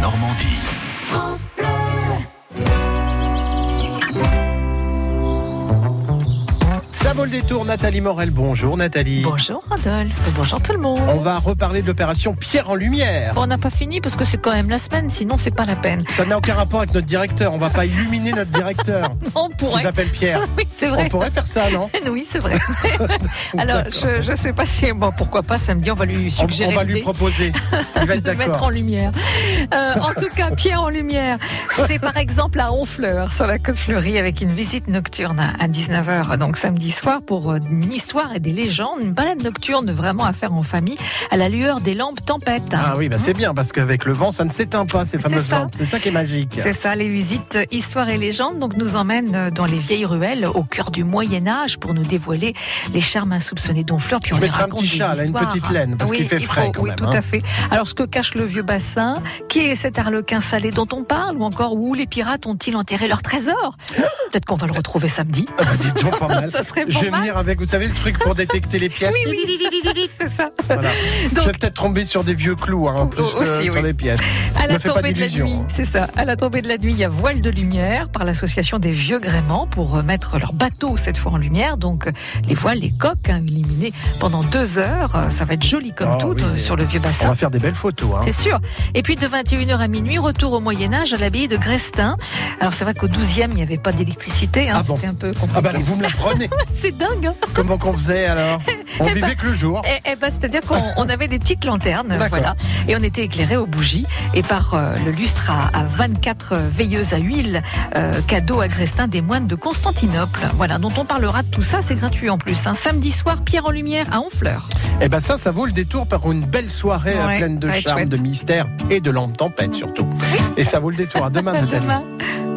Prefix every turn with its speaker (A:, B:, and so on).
A: Normandie.
B: France Bleu.
C: Ça vaut le détour, Nathalie Morel. Bonjour Nathalie.
D: Bonjour Rodolphe, bonjour tout le monde.
C: On va reparler de l'opération Pierre en Lumière.
D: Bon, on n'a pas fini parce que c'est quand même la semaine, sinon c'est pas la peine.
C: Ça n'a aucun rapport avec notre directeur. On va pas illuminer notre directeur.
D: On
C: Qui
D: pourrait.
C: s'appelle Pierre.
D: Oui, c'est
C: On
D: vrai.
C: pourrait faire ça, non
D: Oui, c'est vrai. Alors, je ne sais pas si. Bon, pourquoi pas samedi, on va lui
C: on,
D: suggérer.
C: on va
D: le
C: lui
D: dé.
C: proposer. Il va être
D: de mettre
C: d'accord.
D: en lumière. Euh, en tout cas, Pierre en lumière, c'est par exemple à Honfleur, sur la côte fleurie, avec une visite nocturne à 19h, donc samedi soir, pour euh, une histoire et des légendes, une balade nocturne vraiment à faire en famille, à la lueur des lampes tempête.
C: Ah oui, bah c'est bien parce qu'avec le vent, ça ne s'éteint pas ces fameuses
D: Hein ça.
C: lampes. C'est ça qui est magique.
D: C'est ça, les visites Histoire et légende donc nous emmènent euh, dans les vieilles ruelles au cœur du Moyen Âge pour nous dévoiler les charmes insoupçonnés d'Honfleur. Puis
C: Je
D: on les
C: mettrai un
D: raconte
C: petit
D: des
C: chat, là, une
D: histoires.
C: petite laine, parce
D: Oui,
C: qu'il fait
D: il
C: frais
D: faut,
C: quand
D: oui,
C: même,
D: tout
C: hein.
D: à fait. Alors ce que cache le vieux bassin, qui est cet arlequin salé dont on parle, ou encore où les pirates ont-ils enterré leur trésor Peut-être qu'on va le retrouver samedi.
C: Ah bah, dites donc, pas mal.
D: ça serait
C: Je
D: pas
C: vais
D: mal.
C: venir avec, vous savez, le truc pour détecter les pièces.
D: C'est ça.
C: Voilà.
D: Donc-
C: je vais peut-être tomber sur des vieux clous, hein, plus que
D: Aussi,
C: sur
D: oui.
C: des pièces.
D: À
C: Me
D: la
C: fais pas
D: tombée de la
C: d'illusions,
D: nuit,
C: hein.
D: c'est ça. À la tombée de la nuit, il y a Voile de Lumière par l'association des vieux gréments pour euh, mettre leur bateau cette fois en lumière. Donc euh, les voiles, les coques hein, illuminées pendant deux heures. Euh, Ça va être joli comme
C: Ah
D: tout
C: oui,
D: euh,
C: mais-
D: sur le vieux
C: On
D: bassin.
C: va faire des belles photos. hein.
D: C'est sûr. Et puis de 21h à minuit, retour au Moyen-Âge à l'abbaye de Grestin. Alors c'est vrai qu'au 12e, il n'y avait pas d'électricité. hein,
C: Ah bon
D: C'était un peu compliqué.
C: Ah bah alors, vous me la prenez.
D: C'est dingue. hein.
C: Comment qu'on faisait alors On
D: Eh ben-
C: vivait que le jour.
D: Eh, eh ben, C'est-à-dire qu'on on avait des petites lanternes,
C: D'accord.
D: voilà, et on était éclairé aux bougies et par euh, le lustre à, à 24 veilleuses à huile, euh, cadeau à Grestin des moines de Constantinople. Voilà, dont on parlera de tout ça, c'est gratuit en plus. hein. Samedi soir, Pierre en Lumière à Honfleur.
C: Eh ben ça, ça vaut le détour par une belle soirée euh,
D: Ouais,
C: pleine de
D: ça va être
C: charme,
D: chouette.
C: de mystère et de lampes tempête surtout. Et ça vaut le détour. À demain,
D: À
C: Nathalie.
D: demain.